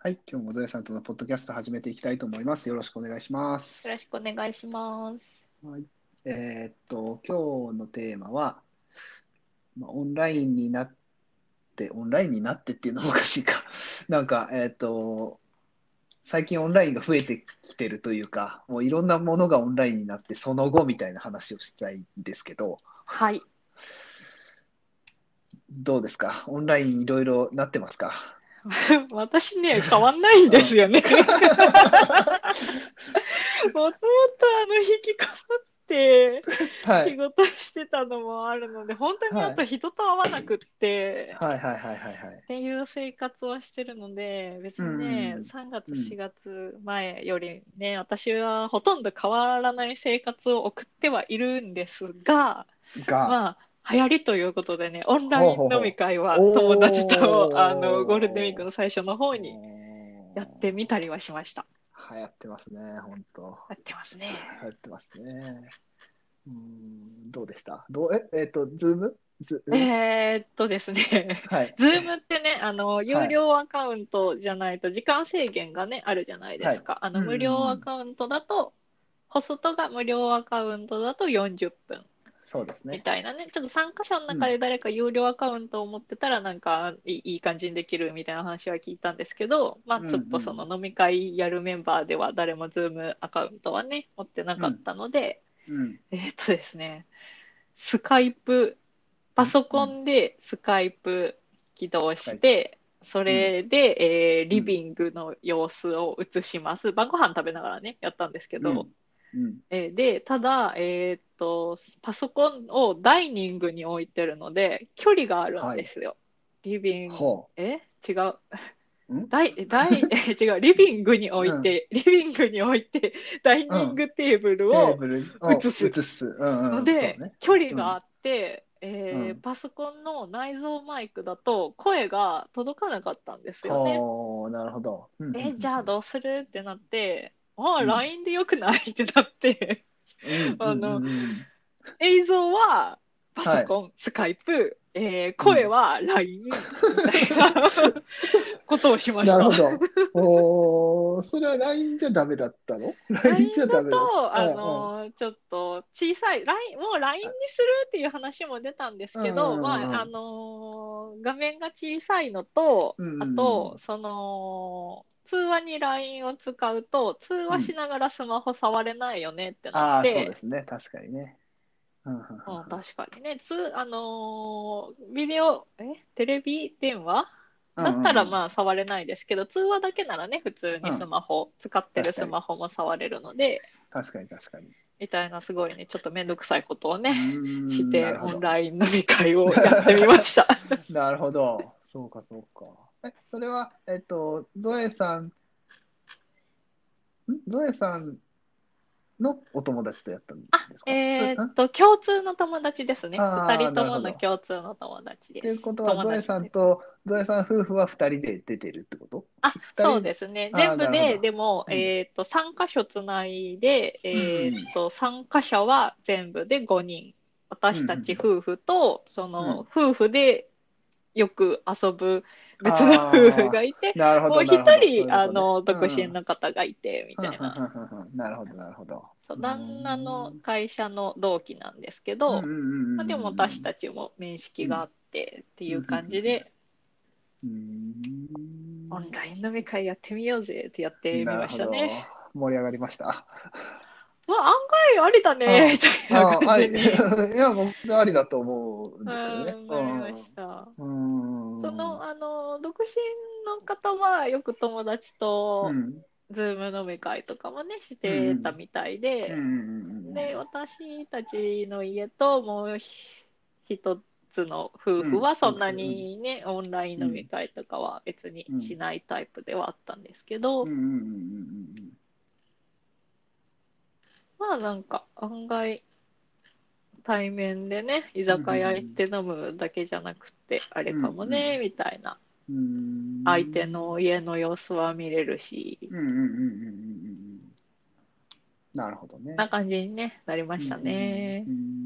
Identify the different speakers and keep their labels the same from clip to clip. Speaker 1: はい、今日もゾエさんとのポッドキャスト始めていきたいと思います。よろしくお願いします。
Speaker 2: よろしくお願いします。
Speaker 1: はい、えーっと、今日のテーマは、まあ、オンラインになって、オンラインになってっていうのもおかしいか。 なんか、えーっと、最近オンラインが増えてきてるというか、もういろんなものがオンラインになって、その後みたいな話をしたいんですけど、
Speaker 2: はい。
Speaker 1: どうですかオンラインいろいろなってますか
Speaker 2: 私ね、変わんないんですよね。もともとあの、引きこもって
Speaker 1: は
Speaker 2: 仕
Speaker 1: い。
Speaker 2: 事してたのもあるので、本当にあと人と会わなくって、
Speaker 1: はいはいはいはいはい
Speaker 2: っ。ていう生活はしてるので、別にね、
Speaker 1: うん
Speaker 2: 3月、
Speaker 1: うん
Speaker 2: 4月前よりね、私はほとんど変わらない生活を送ってはいるんですが、
Speaker 1: が、
Speaker 2: まあ、流行りということでね、オンライン飲み会は
Speaker 1: ほうほうほう
Speaker 2: 友達
Speaker 1: おー
Speaker 2: とあのゴールデンウィークの最初の方にやってみたりはしました。
Speaker 1: 流行ってますね、本当。
Speaker 2: やってますね。
Speaker 1: 流行ってますね。うーん、どうでしたどうえ、えっと、ズームズ
Speaker 2: えーっとですね、
Speaker 1: はい。
Speaker 2: ズームってね、あの、有料アカウントじゃないと時間制限がね、あるじゃないですか。あの、
Speaker 1: うんうんうん
Speaker 2: 無料アカウントだと、ホストが無料アカウントだと40分
Speaker 1: そうです
Speaker 2: み
Speaker 1: ね。
Speaker 2: たいなね、ちょっと参加者の中で誰か有料アカウントを持ってたら、なんかいいいい感じにできるみたいな話は聞いたんですけど、まあ、
Speaker 1: うんうん
Speaker 2: ちょっとその飲み会やるメンバーでは、誰もズームアカウントはね、持ってなかったので、
Speaker 1: うん。
Speaker 2: えーっとですね、スカイプ、パソコンでスカイプ起動して、それで、えーリビングの様子を映します。晩ご飯食べながらね、やったんですけど、
Speaker 1: うん。うん
Speaker 2: えーで、ただ、えーっと、パソコンをダイニングに置いてるので、距離があるんですよ。リビング、
Speaker 1: ほ
Speaker 2: え違う。
Speaker 1: う。ん
Speaker 2: ダイ、ダイ、え違う。リビングに置いて、リビングに置いて、ダイニングテーブル
Speaker 1: テ
Speaker 2: を
Speaker 1: ーブルを
Speaker 2: 移す
Speaker 1: 移す。うんう
Speaker 2: の
Speaker 1: ん。
Speaker 2: で、
Speaker 1: そうね
Speaker 2: 距離があって、えー
Speaker 1: うん
Speaker 2: パソコンの内蔵マイクだと声が届かなかったんですよね。
Speaker 1: ほう、なるほど。うん
Speaker 2: えじゃあ
Speaker 1: う
Speaker 2: どうするってなって、ああ、
Speaker 1: うん
Speaker 2: LINE でよくないってなって、
Speaker 1: ん
Speaker 2: あの
Speaker 1: うんうんうん
Speaker 2: 映像はパソコン、スカイプ、えー声は LINE みた いなことをしまし
Speaker 1: な
Speaker 2: た
Speaker 1: る。ほど。おーそれは LINE じゃダメだったの ?LINE じゃダメだっ
Speaker 2: と、
Speaker 1: た。
Speaker 2: あのちょっと小さい、ラインもう LINE にするっていう話も出たんですけ
Speaker 1: うんうん
Speaker 2: ど、
Speaker 1: うん
Speaker 2: まあ、あの画面が小さいのと
Speaker 1: うんうんう、ん
Speaker 2: あと、その、通話に LINE を使うと、通話しながらスマホ触れないよねって
Speaker 1: あ
Speaker 2: な
Speaker 1: あ
Speaker 2: っ
Speaker 1: ー、そうで
Speaker 2: て、
Speaker 1: すね。確かにね。うんうんうん
Speaker 2: うん、確かにね、つ、あのービデオ、え、テレビ電話だったらまあ触れないですけど、通話だけならね、普通にスマホ、使ってる
Speaker 1: 確か
Speaker 2: ス
Speaker 1: に
Speaker 2: マホも触れるので、
Speaker 1: 確かに確かに。
Speaker 2: みたいなすごいね、ちょっとめんどくさいことをね、し
Speaker 1: して
Speaker 2: オンライン飲み会をやってみました。
Speaker 1: なるほど。そうか、そうか。え、それは、えっと、ゾエさん、んゾエさんのお友達とやったんですか
Speaker 2: えー
Speaker 1: ん
Speaker 2: っと、共通の友達ですね。
Speaker 1: あー
Speaker 2: 二人とも
Speaker 1: なる
Speaker 2: の
Speaker 1: ほど
Speaker 2: 共通の友達で
Speaker 1: とい
Speaker 2: す。
Speaker 1: うことは、
Speaker 2: 友
Speaker 1: ゾエ
Speaker 2: 達
Speaker 1: さん
Speaker 2: で
Speaker 1: と、ゾエさん夫婦は2人で出てるってこと
Speaker 2: あ、
Speaker 1: 人
Speaker 2: そうですね。
Speaker 1: あー
Speaker 2: 全部
Speaker 1: なるほ
Speaker 2: で、
Speaker 1: ど
Speaker 2: でも、
Speaker 1: うん
Speaker 2: えーっと、参加所つないで、えーっと、参加者は全部で5人。私たち夫婦と、その、夫婦でよく遊ぶ別の
Speaker 1: あー
Speaker 2: 夫婦がいて、
Speaker 1: なるほ
Speaker 2: も
Speaker 1: ど。
Speaker 2: う一
Speaker 1: なるほどそういうこと
Speaker 2: 人、
Speaker 1: ね
Speaker 2: あの、独
Speaker 1: う
Speaker 2: 身
Speaker 1: ん
Speaker 2: の方がいて、みたいな。
Speaker 1: うんうんうんうんなるほど、なるほど。
Speaker 2: そう旦那の会社の同期なんですけど、まあ、でも私
Speaker 1: ち。
Speaker 2: たちも面識があってっていう感じで、
Speaker 1: うーん
Speaker 2: オンライン飲み会やってみようぜってやってみました
Speaker 1: なる
Speaker 2: ね。
Speaker 1: ほど盛り上がりました。
Speaker 2: まあ、案外ありだねみたいな
Speaker 1: ああ
Speaker 2: 感
Speaker 1: りい
Speaker 2: じに。
Speaker 1: や、僕、ありだと思うん
Speaker 2: う
Speaker 1: ですよね。
Speaker 2: ん、なりました。
Speaker 1: うん。
Speaker 2: その、あの、独身の方はよく友達と
Speaker 1: う、ん、
Speaker 2: ズーム飲み会とかもね、してたみたいで、
Speaker 1: うん
Speaker 2: で、私たちの家ともうひ一つの夫婦はそんなにね、オンライン飲み会とかは別にしないタイプではあったんですけ
Speaker 1: う
Speaker 2: ど、
Speaker 1: んうんうんうん
Speaker 2: まあなんか案外対面でね、居酒屋行って飲むだけじゃなくて、あれかも
Speaker 1: うん
Speaker 2: ね、みたいな。
Speaker 1: うんうん。
Speaker 2: 相手。の家の様子は見れるし、
Speaker 1: うんうんうんうんうんうん。なるほどね。
Speaker 2: な感じにね、なりましたね
Speaker 1: う。んうんうん。うん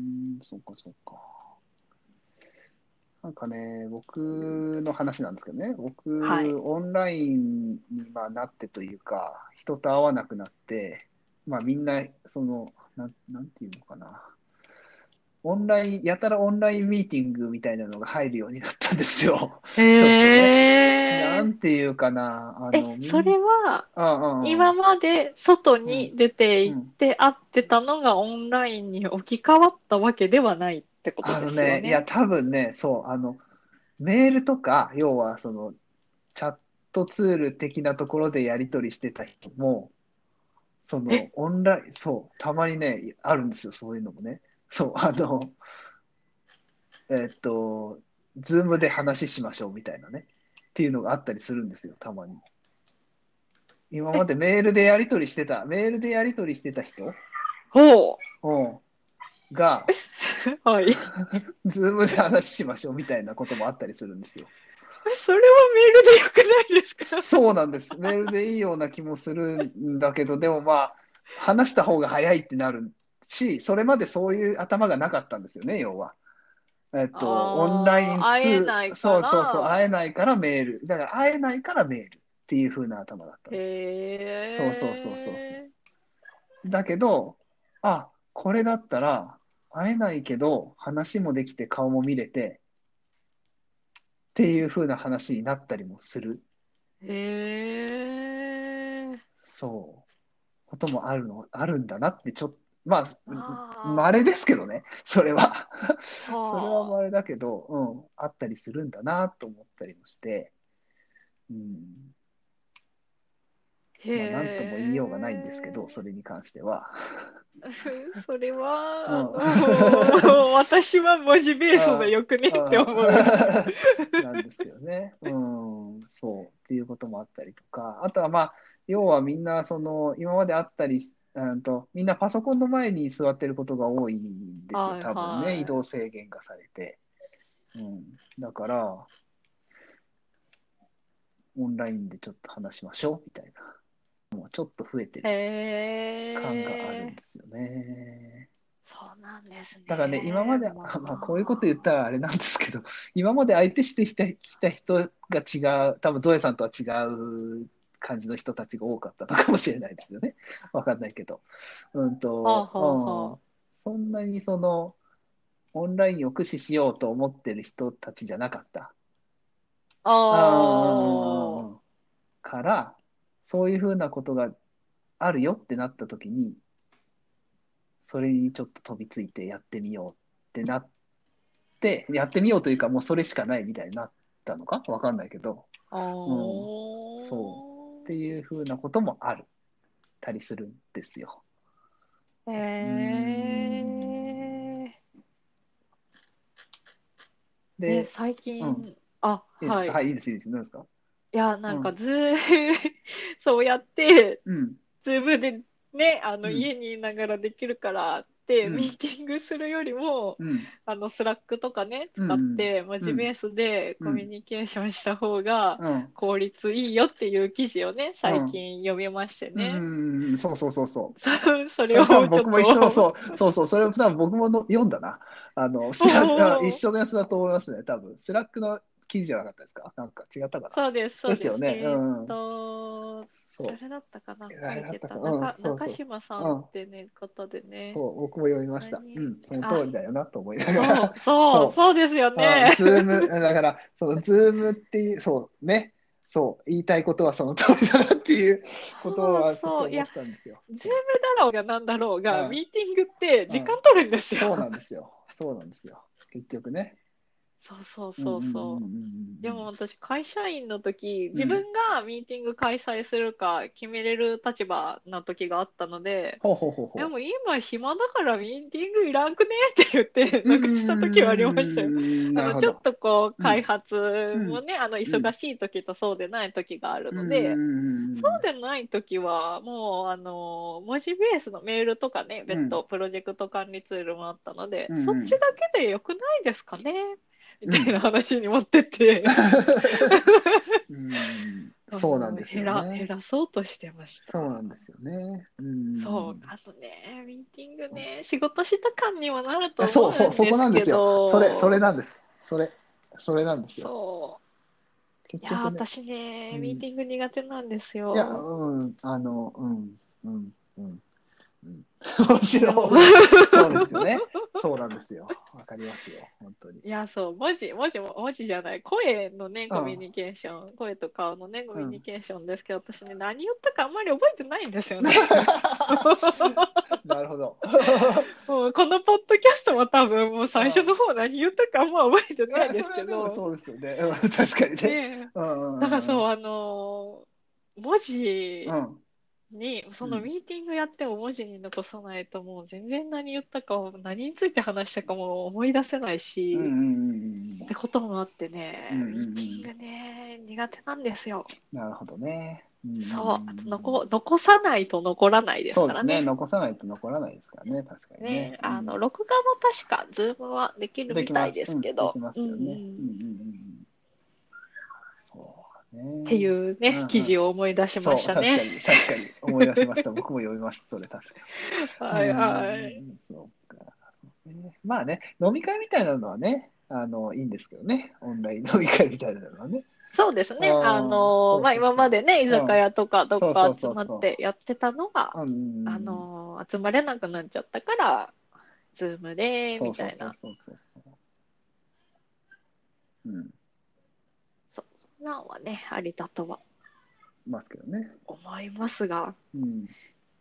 Speaker 1: そうかそうか。なんかね、僕の話なんですけどね、僕、
Speaker 2: はい
Speaker 1: オンラインにまあなってというか、人と会わなくなって、まあ、みんな、そのなん、なんていうのかな、オンライン、やたらオンラインミーティングみたいなのが入るようになったんですよ。
Speaker 2: え
Speaker 1: な
Speaker 2: ー
Speaker 1: んていうかな、あの、
Speaker 2: え、それは
Speaker 1: は
Speaker 2: 今まで外に出て行って会ってたのがオンラインに置き換わったわけではないってこと
Speaker 1: あ
Speaker 2: で
Speaker 1: の
Speaker 2: すよ
Speaker 1: ね、いや、
Speaker 2: ね。
Speaker 1: 多分ね、そう、あの、メールとか、要は、その、チャットツール的なところでやり取りしてた人も、その
Speaker 2: え、
Speaker 1: オンライン、そう、たまにね、あるんですよ、そういうのもね。そう、あの、えっと、ズームで話しましょうみたいなね、っていうのがあったりするんですよ、たまに。今までメールでやり取りしてた、メールでやり取りしてた人、
Speaker 2: ほ
Speaker 1: うん、が、
Speaker 2: う。はい。
Speaker 1: ズームで話しましょうみたいなこともあったりするんですよ。
Speaker 2: それはメールでよくないですか
Speaker 1: そうなんです。メールでいいような気もするんだけど、でもまあ、話した方が早いってなるし、それまでそういう頭がなかったんですよね、要は。えっと、
Speaker 2: あー
Speaker 1: オンライン通
Speaker 2: 会えないから
Speaker 1: そうそうそう、会えないからメール。だから会えないからメールっていう風な頭だったんですよ。
Speaker 2: へえ。
Speaker 1: そうそうそうそうそう。だけど、あ、これだったら、会えないけど、話もできて顔も見れて、っていう風な話になったりもする。
Speaker 2: へえ。
Speaker 1: そう。こともあるの、あるんだなって、ちょっと、まあ、
Speaker 2: あー
Speaker 1: 稀ですけどね、それは。それ
Speaker 2: はあ
Speaker 1: は稀だけど、うん、あったりするんだなと思ったりもして、うん、まあ、なんとも言いようがないんですけど、それに関しては。
Speaker 2: それは、
Speaker 1: うん
Speaker 2: あの私は文字ベースがよくねって思う。
Speaker 1: うんなんですよね。うん、そうっていうこともあったりとか、あとはまあ、要はみんな、その、今まであったりし、うんと、みんなパソコンの前に座ってることが多いんですよ
Speaker 2: は、い
Speaker 1: 多分
Speaker 2: は
Speaker 1: ね、
Speaker 2: い
Speaker 1: 移動制限がされて。うん、だから、オンラインでちょっと話しましょうみたいな、もうちょっと増えてる
Speaker 2: へえ。
Speaker 1: 感があるんですよね。
Speaker 2: そうなんですね。
Speaker 1: だからね、今まで、あ
Speaker 2: まあ
Speaker 1: まあ、こういうこと言ったらあれなんですけど、 今まで相手してきたきた人が違う、多分ゾエさんとは違う感じの人たちが多かったのかもしれないですよね。 わかんないけど。うんと、
Speaker 2: はあはあはあ
Speaker 1: うん、そんなにその、オンラインを駆使しようと思ってる人たちじゃなかった。
Speaker 2: あ
Speaker 1: うんから、そういうふうなことがあるよってなった時に、それにちょっと飛びついてやってみようってなって、やってみようというか、もうそれしかないみたいになったのかわかんないけど、
Speaker 2: あ。
Speaker 1: んそっていうふうなこともあるたりするんですよ。
Speaker 2: う。へ
Speaker 1: うん
Speaker 2: え。ね
Speaker 1: で、
Speaker 2: 最近、
Speaker 1: うん
Speaker 2: あ、
Speaker 1: いいです
Speaker 2: は
Speaker 1: か
Speaker 2: い。
Speaker 1: はい、いいです、いいです。何ですか
Speaker 2: いや、なんかずー、 そうやって、
Speaker 1: うん。
Speaker 2: ズームでね、あの
Speaker 1: うん
Speaker 2: 家にいながらできるからって、
Speaker 1: うん
Speaker 2: ミーティングするよりも、
Speaker 1: うん。
Speaker 2: あのスラックとかね、
Speaker 1: うん
Speaker 2: 使って、文字ベースで
Speaker 1: う
Speaker 2: コ
Speaker 1: ん
Speaker 2: ミュニケーションした方が
Speaker 1: うん。
Speaker 2: 効率いいよっていう記事をね、最近読みまして
Speaker 1: う
Speaker 2: ね。
Speaker 1: ん。そうそうそうそう。
Speaker 2: そそ
Speaker 1: そ
Speaker 2: れ
Speaker 1: れ
Speaker 2: をちょ
Speaker 1: は
Speaker 2: っ
Speaker 1: 僕も一緒の、
Speaker 2: と、
Speaker 1: そう、そうそう、それを多分僕もの読んだな。あの、スラックあ
Speaker 2: おー
Speaker 1: 一緒のやつだと思いますね、多分。スラックの記事じゃなかったですかなんか違ったかな
Speaker 2: そうです、そう
Speaker 1: ですよね
Speaker 2: え
Speaker 1: うん
Speaker 2: ーっと、
Speaker 1: そう、
Speaker 2: 誰だったかな、
Speaker 1: 誰だ
Speaker 2: 書
Speaker 1: っ
Speaker 2: いて
Speaker 1: たか
Speaker 2: た。
Speaker 1: うんそ
Speaker 2: 中
Speaker 1: うそう
Speaker 2: 中島さんってね、方でね。
Speaker 1: そう、僕も読みました。う
Speaker 2: 何
Speaker 1: ん、その通りだよなと思いなが
Speaker 2: そ
Speaker 1: ら
Speaker 2: う、そ
Speaker 1: そう
Speaker 2: う、そうですよ。
Speaker 1: あ
Speaker 2: ね。
Speaker 1: ズーム、 だから、そのズームっていう、そう、ね。そう、言いたいことはその通りだなっていうことは、ちょっと
Speaker 2: そう、
Speaker 1: 思
Speaker 2: いや
Speaker 1: っ、たんですよ。
Speaker 2: ズームだろうがなんだろうが、
Speaker 1: うん
Speaker 2: ミーティングって時間取るんです
Speaker 1: そう
Speaker 2: よ。
Speaker 1: なんですよ。そうなんですよ。結局ね。
Speaker 2: そうそうそうそう。
Speaker 1: んんんんん
Speaker 2: でも、私、会社員の時、自分がミーティング開催するか決めれる立場な時があったので、
Speaker 1: ほうほうほうほう。
Speaker 2: でも今暇だからミーティングいらんくねって言って、なんかした時はありましたよ。
Speaker 1: うんうんうんうん。
Speaker 2: あ
Speaker 1: なる
Speaker 2: の
Speaker 1: ほ
Speaker 2: ち
Speaker 1: ど
Speaker 2: ょっとこう開発もね、あの忙しい時とそうでない時があるので、
Speaker 1: うんうんうん、
Speaker 2: そうでない時は、もう、あの、文字ベースのメールとかね、別途プロジェクト管理ツールもあったので、
Speaker 1: うんうん
Speaker 2: そっちだけでよくないですかねみたいな話に持ってって、
Speaker 1: うん そうなんです
Speaker 2: 減ら
Speaker 1: よ
Speaker 2: 減
Speaker 1: ね。
Speaker 2: らそうとしてました。
Speaker 1: そうなんですよね。うん、
Speaker 2: そう、あとね、ミーティングね、仕事した感にはなると
Speaker 1: そ
Speaker 2: 思う
Speaker 1: うんそう、そこなんで
Speaker 2: です
Speaker 1: す
Speaker 2: け
Speaker 1: よ。
Speaker 2: ど、
Speaker 1: それ、それなんです。それ。それなんですよ。
Speaker 2: そ
Speaker 1: 結
Speaker 2: う。いやー、
Speaker 1: 局ね、
Speaker 2: 私ね、
Speaker 1: うん
Speaker 2: ミーティング苦手なんですよ。
Speaker 1: いや、うん、あの、うん、うん、うん、 うん。面白い。そうですよね。そうなんですよ。わかりますよ。本当に。
Speaker 2: いや、そう、文字、文字も、文字じゃない、声のね、コミュニケーション、声と顔のね、コミュニケーションですけど、私ね、何言ったかあんまり覚えてないんで すよね。
Speaker 1: なるほど。
Speaker 2: もうこのポッドキャストは多分、もう最初の方何言ったかあんま覚えて ないですけ
Speaker 1: いやそれはで
Speaker 2: ど、
Speaker 1: もそうですよね。 うん確かにね。
Speaker 2: ね
Speaker 1: うんうんうん、
Speaker 2: だからそう、あのー文字
Speaker 1: うん。
Speaker 2: に、その
Speaker 1: うん
Speaker 2: ミーティングやっても文字に残さないと、もう全然何言ったかを、何について話したかも思い出せないし、
Speaker 1: うんうんう
Speaker 2: っ
Speaker 1: んうん
Speaker 2: てこともあってね、
Speaker 1: うんうんうん
Speaker 2: ミーティングね、苦手なんですよ。
Speaker 1: なるほどね。うんんん
Speaker 2: そう、あと残残さないと残らないです
Speaker 1: そう
Speaker 2: か
Speaker 1: で
Speaker 2: ら
Speaker 1: すね。
Speaker 2: ね。
Speaker 1: 残さないと残らないですからね。確かにね。
Speaker 2: ね、あの
Speaker 1: うん
Speaker 2: 録画も確か、ズームはできるみたいですけど、
Speaker 1: できますうんできますよね。
Speaker 2: うんう
Speaker 1: うんう
Speaker 2: ん
Speaker 1: んうんうんそうね。
Speaker 2: っていうう
Speaker 1: うんう
Speaker 2: ね
Speaker 1: ん、
Speaker 2: 記事を思い出しましたね。
Speaker 1: そう確かに確かに思い出しま した。僕も読みました。それ確かに。
Speaker 2: はいは
Speaker 1: うん
Speaker 2: い。
Speaker 1: うんうん。そうか。ねまあね、飲み会みたいなのはね、あのいいんですけどね。オンライン飲み会みたいなのはね。
Speaker 2: そうですね、
Speaker 1: うんそうそう
Speaker 2: あ
Speaker 1: そ
Speaker 2: の
Speaker 1: う
Speaker 2: まあ今までね、居酒屋とかどっ
Speaker 1: そ
Speaker 2: か
Speaker 1: う
Speaker 2: 集
Speaker 1: そうそう
Speaker 2: ま
Speaker 1: そう
Speaker 2: ってやってたのが、
Speaker 1: うん
Speaker 2: あの集まれなくなっちゃったから、ズームで
Speaker 1: そ
Speaker 2: み
Speaker 1: うそ
Speaker 2: た
Speaker 1: う
Speaker 2: い
Speaker 1: そう
Speaker 2: な、
Speaker 1: そうそうそう。うん、
Speaker 2: そうそんなんはね、ありだとは
Speaker 1: ますけどね。
Speaker 2: 思いますが。
Speaker 1: うん。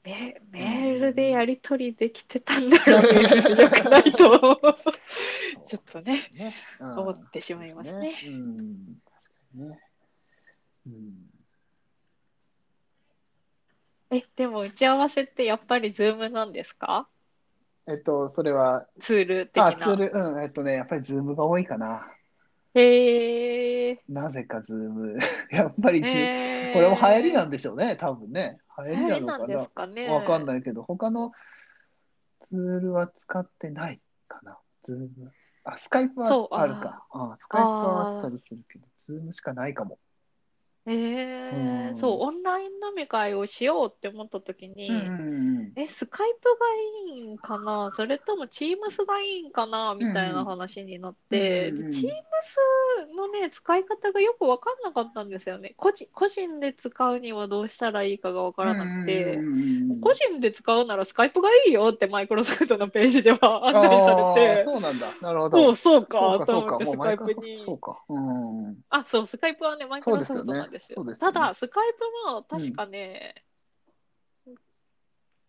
Speaker 2: メメールでやり取りできてたんだろうよくないと ちょっとね
Speaker 1: ね。うん
Speaker 2: 思ってしまいますね。
Speaker 1: そうですうん。確かにね。うん。
Speaker 2: えでも打ち合わせってやっぱりズームなんですか
Speaker 1: えっと、それは、
Speaker 2: ツール的
Speaker 1: あ、ツー
Speaker 2: な
Speaker 1: ル、うん、えっとね、やっぱりズームが多いかな。
Speaker 2: へえ
Speaker 1: なぜかズーム。 やっぱりズーム
Speaker 2: へー
Speaker 1: これも流行りなんでしょうね、多分ね。流
Speaker 2: 流
Speaker 1: 行
Speaker 2: 行
Speaker 1: り
Speaker 2: り
Speaker 1: なの
Speaker 2: な
Speaker 1: か
Speaker 2: んで
Speaker 1: な
Speaker 2: す。かね
Speaker 1: わかん
Speaker 2: い
Speaker 1: ないけど、他のツールは使ってないかな。ズーム。あ、スカイプは
Speaker 2: そう
Speaker 1: あるか。あスカイプはあったりするけど、ズームしかないかも。う
Speaker 2: え
Speaker 1: ん
Speaker 2: そうオンライン飲み会をしようって思った時に、
Speaker 1: うんうんうん。
Speaker 2: えスカイプがいいんかなそれともチームスがいいんかなみたいな話になって、
Speaker 1: うんうんうんうん
Speaker 2: チームスのね使い方がよく分かんなかったんですよね個人個人で使うにはどうしたらいいかが分からなくて、
Speaker 1: うんうんうんうん
Speaker 2: 個人で使うならスカイプがいいよってマイクロソフトのページでは案内さ
Speaker 1: あ
Speaker 2: れ
Speaker 1: ー
Speaker 2: て
Speaker 1: そうなんだ。なるほ
Speaker 2: お
Speaker 1: ど。
Speaker 2: う
Speaker 1: そ
Speaker 2: そう
Speaker 1: うか、
Speaker 2: かと
Speaker 1: そう
Speaker 2: 思
Speaker 1: か。
Speaker 2: って
Speaker 1: もう
Speaker 2: ス
Speaker 1: マ
Speaker 2: カ
Speaker 1: イ
Speaker 2: イ
Speaker 1: クロ
Speaker 2: プ
Speaker 1: ソフト、
Speaker 2: に
Speaker 1: そうか。うんうん。
Speaker 2: あ、そう、スカイプはね、マイクロソフトなんです
Speaker 1: そ
Speaker 2: よ
Speaker 1: う。ですよ
Speaker 2: た
Speaker 1: ね
Speaker 2: だ、スカイプも確かね、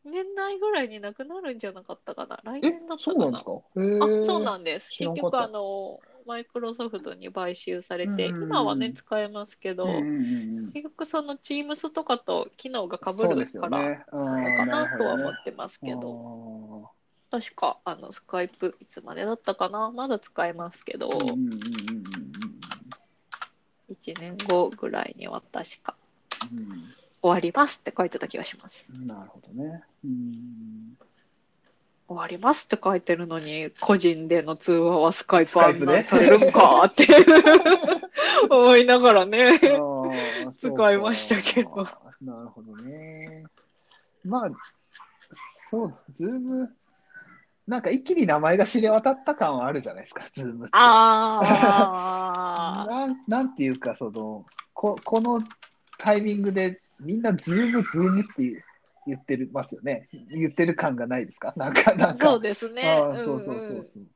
Speaker 2: 年内ぐらいになくなるんじゃなかったかな。来
Speaker 1: え
Speaker 2: 年だっ、た
Speaker 1: そ
Speaker 2: か
Speaker 1: うなんです
Speaker 2: な。
Speaker 1: か
Speaker 2: あ、そうなんんです。
Speaker 1: 知ら
Speaker 2: 結
Speaker 1: んかった
Speaker 2: 局、あの、マイクロソフトに買収されて、
Speaker 1: うんうんうん
Speaker 2: 今はね、使えますけど、
Speaker 1: うんうんうん
Speaker 2: 結局、その、チームスとかと機能が被
Speaker 1: そう
Speaker 2: る
Speaker 1: です
Speaker 2: か
Speaker 1: よ
Speaker 2: ら、
Speaker 1: ね。うん
Speaker 2: なのかなとは
Speaker 1: な
Speaker 2: 思
Speaker 1: るほどね
Speaker 2: ってますけど、
Speaker 1: あー
Speaker 2: 確か、あの、スカイプ、いつまでだったかな。まだ使えますけど、
Speaker 1: うんうんうんうん
Speaker 2: 1年後ぐらいには確か。
Speaker 1: うんうん
Speaker 2: 終わりますって書いてた気がします。
Speaker 1: うんなるほどね。うん。
Speaker 2: 終わりますって書いてるのに、個人での通話はスカイ
Speaker 1: ス
Speaker 2: プ
Speaker 1: カ
Speaker 2: あ
Speaker 1: イ
Speaker 2: ん
Speaker 1: プ
Speaker 2: な
Speaker 1: で
Speaker 2: んされるんかって 思いながらね。
Speaker 1: あーそうか
Speaker 2: 使いましたけど
Speaker 1: なるほどね。まあ、そう、ズーム、なんか一気に名前が知れ渡った感はあるじゃないですか、ズームって。
Speaker 2: ああ。
Speaker 1: なんなんていうか、そのこ、このタイミングでみんなズーム、ズームっていう言ってるますよね。言ってる感がないですかなんか、なんか。
Speaker 2: そうですね。
Speaker 1: ああ、そうそうそうそう。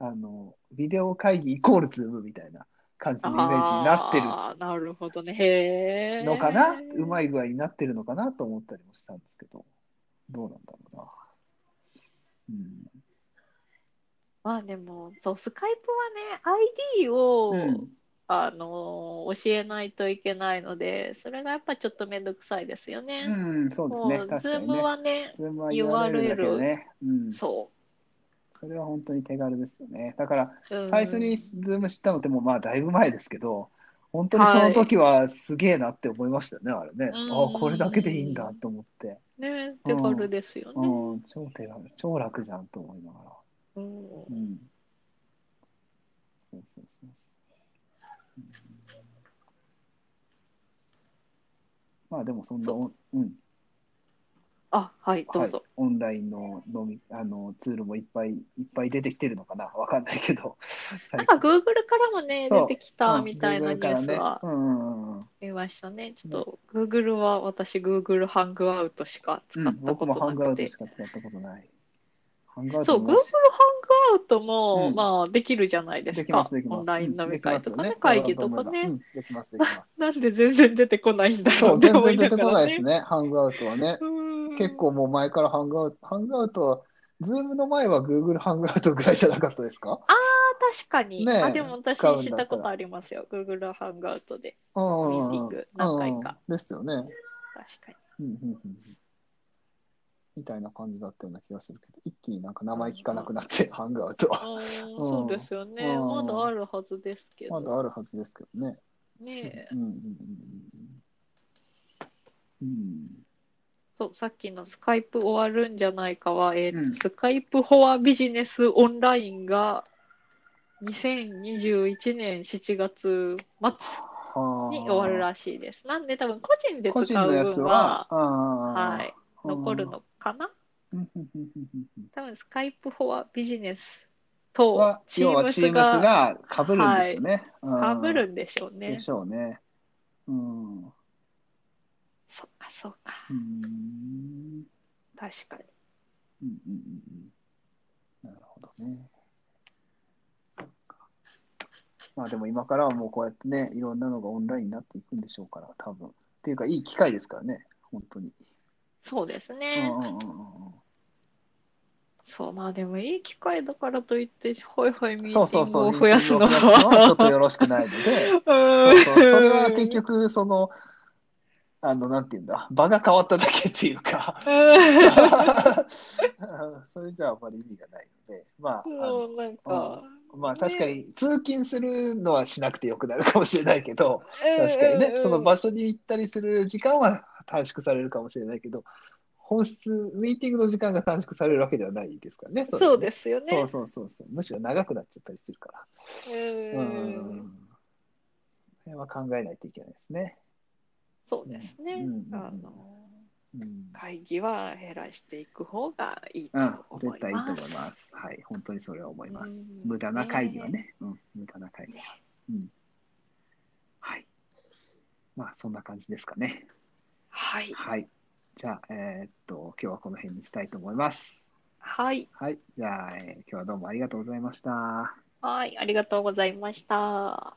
Speaker 1: あの、ビデオ会議イコールズームみたいな感じのイメージになってる
Speaker 2: ああ、なるほどね。へえ。
Speaker 1: のかな、うまい具合になってるのかなと思ったりもしたんですけど、どうなんだろうな。うん
Speaker 2: まあでも、そう、スカイプはね、ID を、
Speaker 1: うん
Speaker 2: あのー教えないといけないので、それがやっぱちょっとめんどくさいですよね。
Speaker 1: うん、そうですね。
Speaker 2: もう、
Speaker 1: 確かに
Speaker 2: Zoom
Speaker 1: ね。
Speaker 2: はね、
Speaker 1: ズームは URL だけどね。うん。そ
Speaker 2: そ
Speaker 1: れは本当に手軽ですよね。だから、
Speaker 2: う。うん
Speaker 1: 最初にズーム知ったのってもうまあだいぶ前ですけど、本当にその時はすげえなって思いましたよね、あれね。
Speaker 2: うん
Speaker 1: あこれだけでいいんだと思って。
Speaker 2: ね、手軽ですよね。
Speaker 1: うん、超手軽、超楽じゃんと思いながら。
Speaker 2: うん
Speaker 1: うん。そうそうそうそう。うんまあでもそんなお、うん。
Speaker 2: あ、はい、どうぞ。
Speaker 1: はい、オンラインの飲みあのツールもいっぱいいっぱい出てきてるのかなわかんないけど。
Speaker 2: なんか Google からもね、
Speaker 1: そ
Speaker 2: 出
Speaker 1: う
Speaker 2: てきたみたいなニュースは
Speaker 1: うん Google からねうんうんうん
Speaker 2: 見ましたね。ちょっと Google は私 Google ハングアウトしか使
Speaker 1: う
Speaker 2: っ
Speaker 1: ん、
Speaker 2: た
Speaker 1: 僕
Speaker 2: こ
Speaker 1: もハン
Speaker 2: と
Speaker 1: グア
Speaker 2: な
Speaker 1: ウト
Speaker 2: くて
Speaker 1: し。か使ったことない。ハングアウ
Speaker 2: そ
Speaker 1: ト
Speaker 2: う、Google
Speaker 1: も
Speaker 2: ハングアウトも、
Speaker 1: うん
Speaker 2: まあ、できるじゃないです
Speaker 1: でき
Speaker 2: か。
Speaker 1: ます、できます。
Speaker 2: オンライン飲み会と
Speaker 1: う
Speaker 2: かね、
Speaker 1: んできます
Speaker 2: 会
Speaker 1: よ
Speaker 2: 議とか
Speaker 1: う
Speaker 2: ね。
Speaker 1: んできます、でき ま
Speaker 2: なんで全然出てこないんだ
Speaker 1: す。そ
Speaker 2: ろう
Speaker 1: う、
Speaker 2: って
Speaker 1: 全
Speaker 2: 思い
Speaker 1: 然出
Speaker 2: な
Speaker 1: て
Speaker 2: が
Speaker 1: こ
Speaker 2: ら
Speaker 1: ないです
Speaker 2: ね。
Speaker 1: ね、ハングアウトはね。
Speaker 2: うん
Speaker 1: 結構もう前からハングアウト、ハングアウトは、ズームの前は Google ハングアウトぐらいじゃなかったですか
Speaker 2: 確かに。
Speaker 1: ねえ
Speaker 2: あ、でも私
Speaker 1: 使うんだった
Speaker 2: 知
Speaker 1: ら
Speaker 2: ったことありますよ。Google ハングアウトで。
Speaker 1: ミ
Speaker 2: ミーティング何回か。
Speaker 1: うんですよね。
Speaker 2: 確かに。
Speaker 1: うんうんうんうんみたいな感じだったような気がするけど、一気になんか名前聞かなくなって、ハングアウトは。
Speaker 2: あー
Speaker 1: うん
Speaker 2: そうですよね。
Speaker 1: うん
Speaker 2: まだあるはずですけ
Speaker 1: ま
Speaker 2: ど。
Speaker 1: だあるはずですけどね。
Speaker 2: ねえ
Speaker 1: うんうんうんうん
Speaker 2: そう、さっきのスカイプ終わるんじゃないかは、えー
Speaker 1: うん
Speaker 2: スカイプフォアビジネスオンラインが2021年7
Speaker 1: うん。
Speaker 2: 月末に終わる
Speaker 1: ら
Speaker 2: らしいです。なんで多分個人で
Speaker 1: 個人
Speaker 2: 使う
Speaker 1: のやつ
Speaker 2: 分は
Speaker 1: は、、は
Speaker 2: はい、残るのかな多分スカイプフォアビジネスと
Speaker 1: は、
Speaker 2: チ
Speaker 1: 要
Speaker 2: ー
Speaker 1: は
Speaker 2: ム
Speaker 1: チ
Speaker 2: ス
Speaker 1: ームス
Speaker 2: が
Speaker 1: が被るんですよね。
Speaker 2: かぶ
Speaker 1: うん
Speaker 2: るんでしょうね
Speaker 1: で。しょうね。うん。う
Speaker 2: そっかそっか。
Speaker 1: ーん。
Speaker 2: 確かに。
Speaker 1: うんうんうんうんなるほどね。まあでも今からはもうこうやってね、いろんなのがオンラインになっていくんでしょうから、多分。っていうか、いい機会ですからね、本当に。
Speaker 2: そうです
Speaker 1: うん
Speaker 2: ね。
Speaker 1: うんうんうん
Speaker 2: そう、まあでもいい機会だからといって、ホイホイミーテ
Speaker 1: そうそう
Speaker 2: ィ
Speaker 1: そう、
Speaker 2: ングを増やすの
Speaker 1: ミーティングを増やすのはちょっと
Speaker 2: は。
Speaker 1: よろしくないので、そ
Speaker 2: そ
Speaker 1: うそうそれは結、局、その、あの、なんていうんだ、場が変わっただけっていうか、 それじゃああまり意味がないので、まあ、あの
Speaker 2: もうなんか、
Speaker 1: まあ確かに通勤するのはしなくてよくなるかもしれないけど、確かにね、その場
Speaker 2: 所
Speaker 1: 所に行ったりする時間は短縮されるかもしれないけど、本質、ミーティングの時間が短縮されるわけではないですからね、
Speaker 2: そうですすよね。
Speaker 1: そうそうそうそう、むしろ長くなっちゃったりするから。
Speaker 2: うん
Speaker 1: うん。それは考えないといけないですね。
Speaker 2: そうですね。
Speaker 1: うんうんうん
Speaker 2: あの
Speaker 1: うん。
Speaker 2: 会議は減らしていく方がいいと
Speaker 1: うん、
Speaker 2: 思
Speaker 1: 絶対
Speaker 2: います。
Speaker 1: いいと思います。はい、本当にそれは思います
Speaker 2: う。ん
Speaker 1: 無駄な会議はね、うん、無駄な会議は。うん。はい。まあ、そんな感じですかね。
Speaker 2: はい。
Speaker 1: はい。じゃあ、えーっと、今日はこの辺にしたいと思います。
Speaker 2: はい。
Speaker 1: はい。じゃあ、えー今日はどうもありがとうございました。
Speaker 2: はい。ありがとうございました。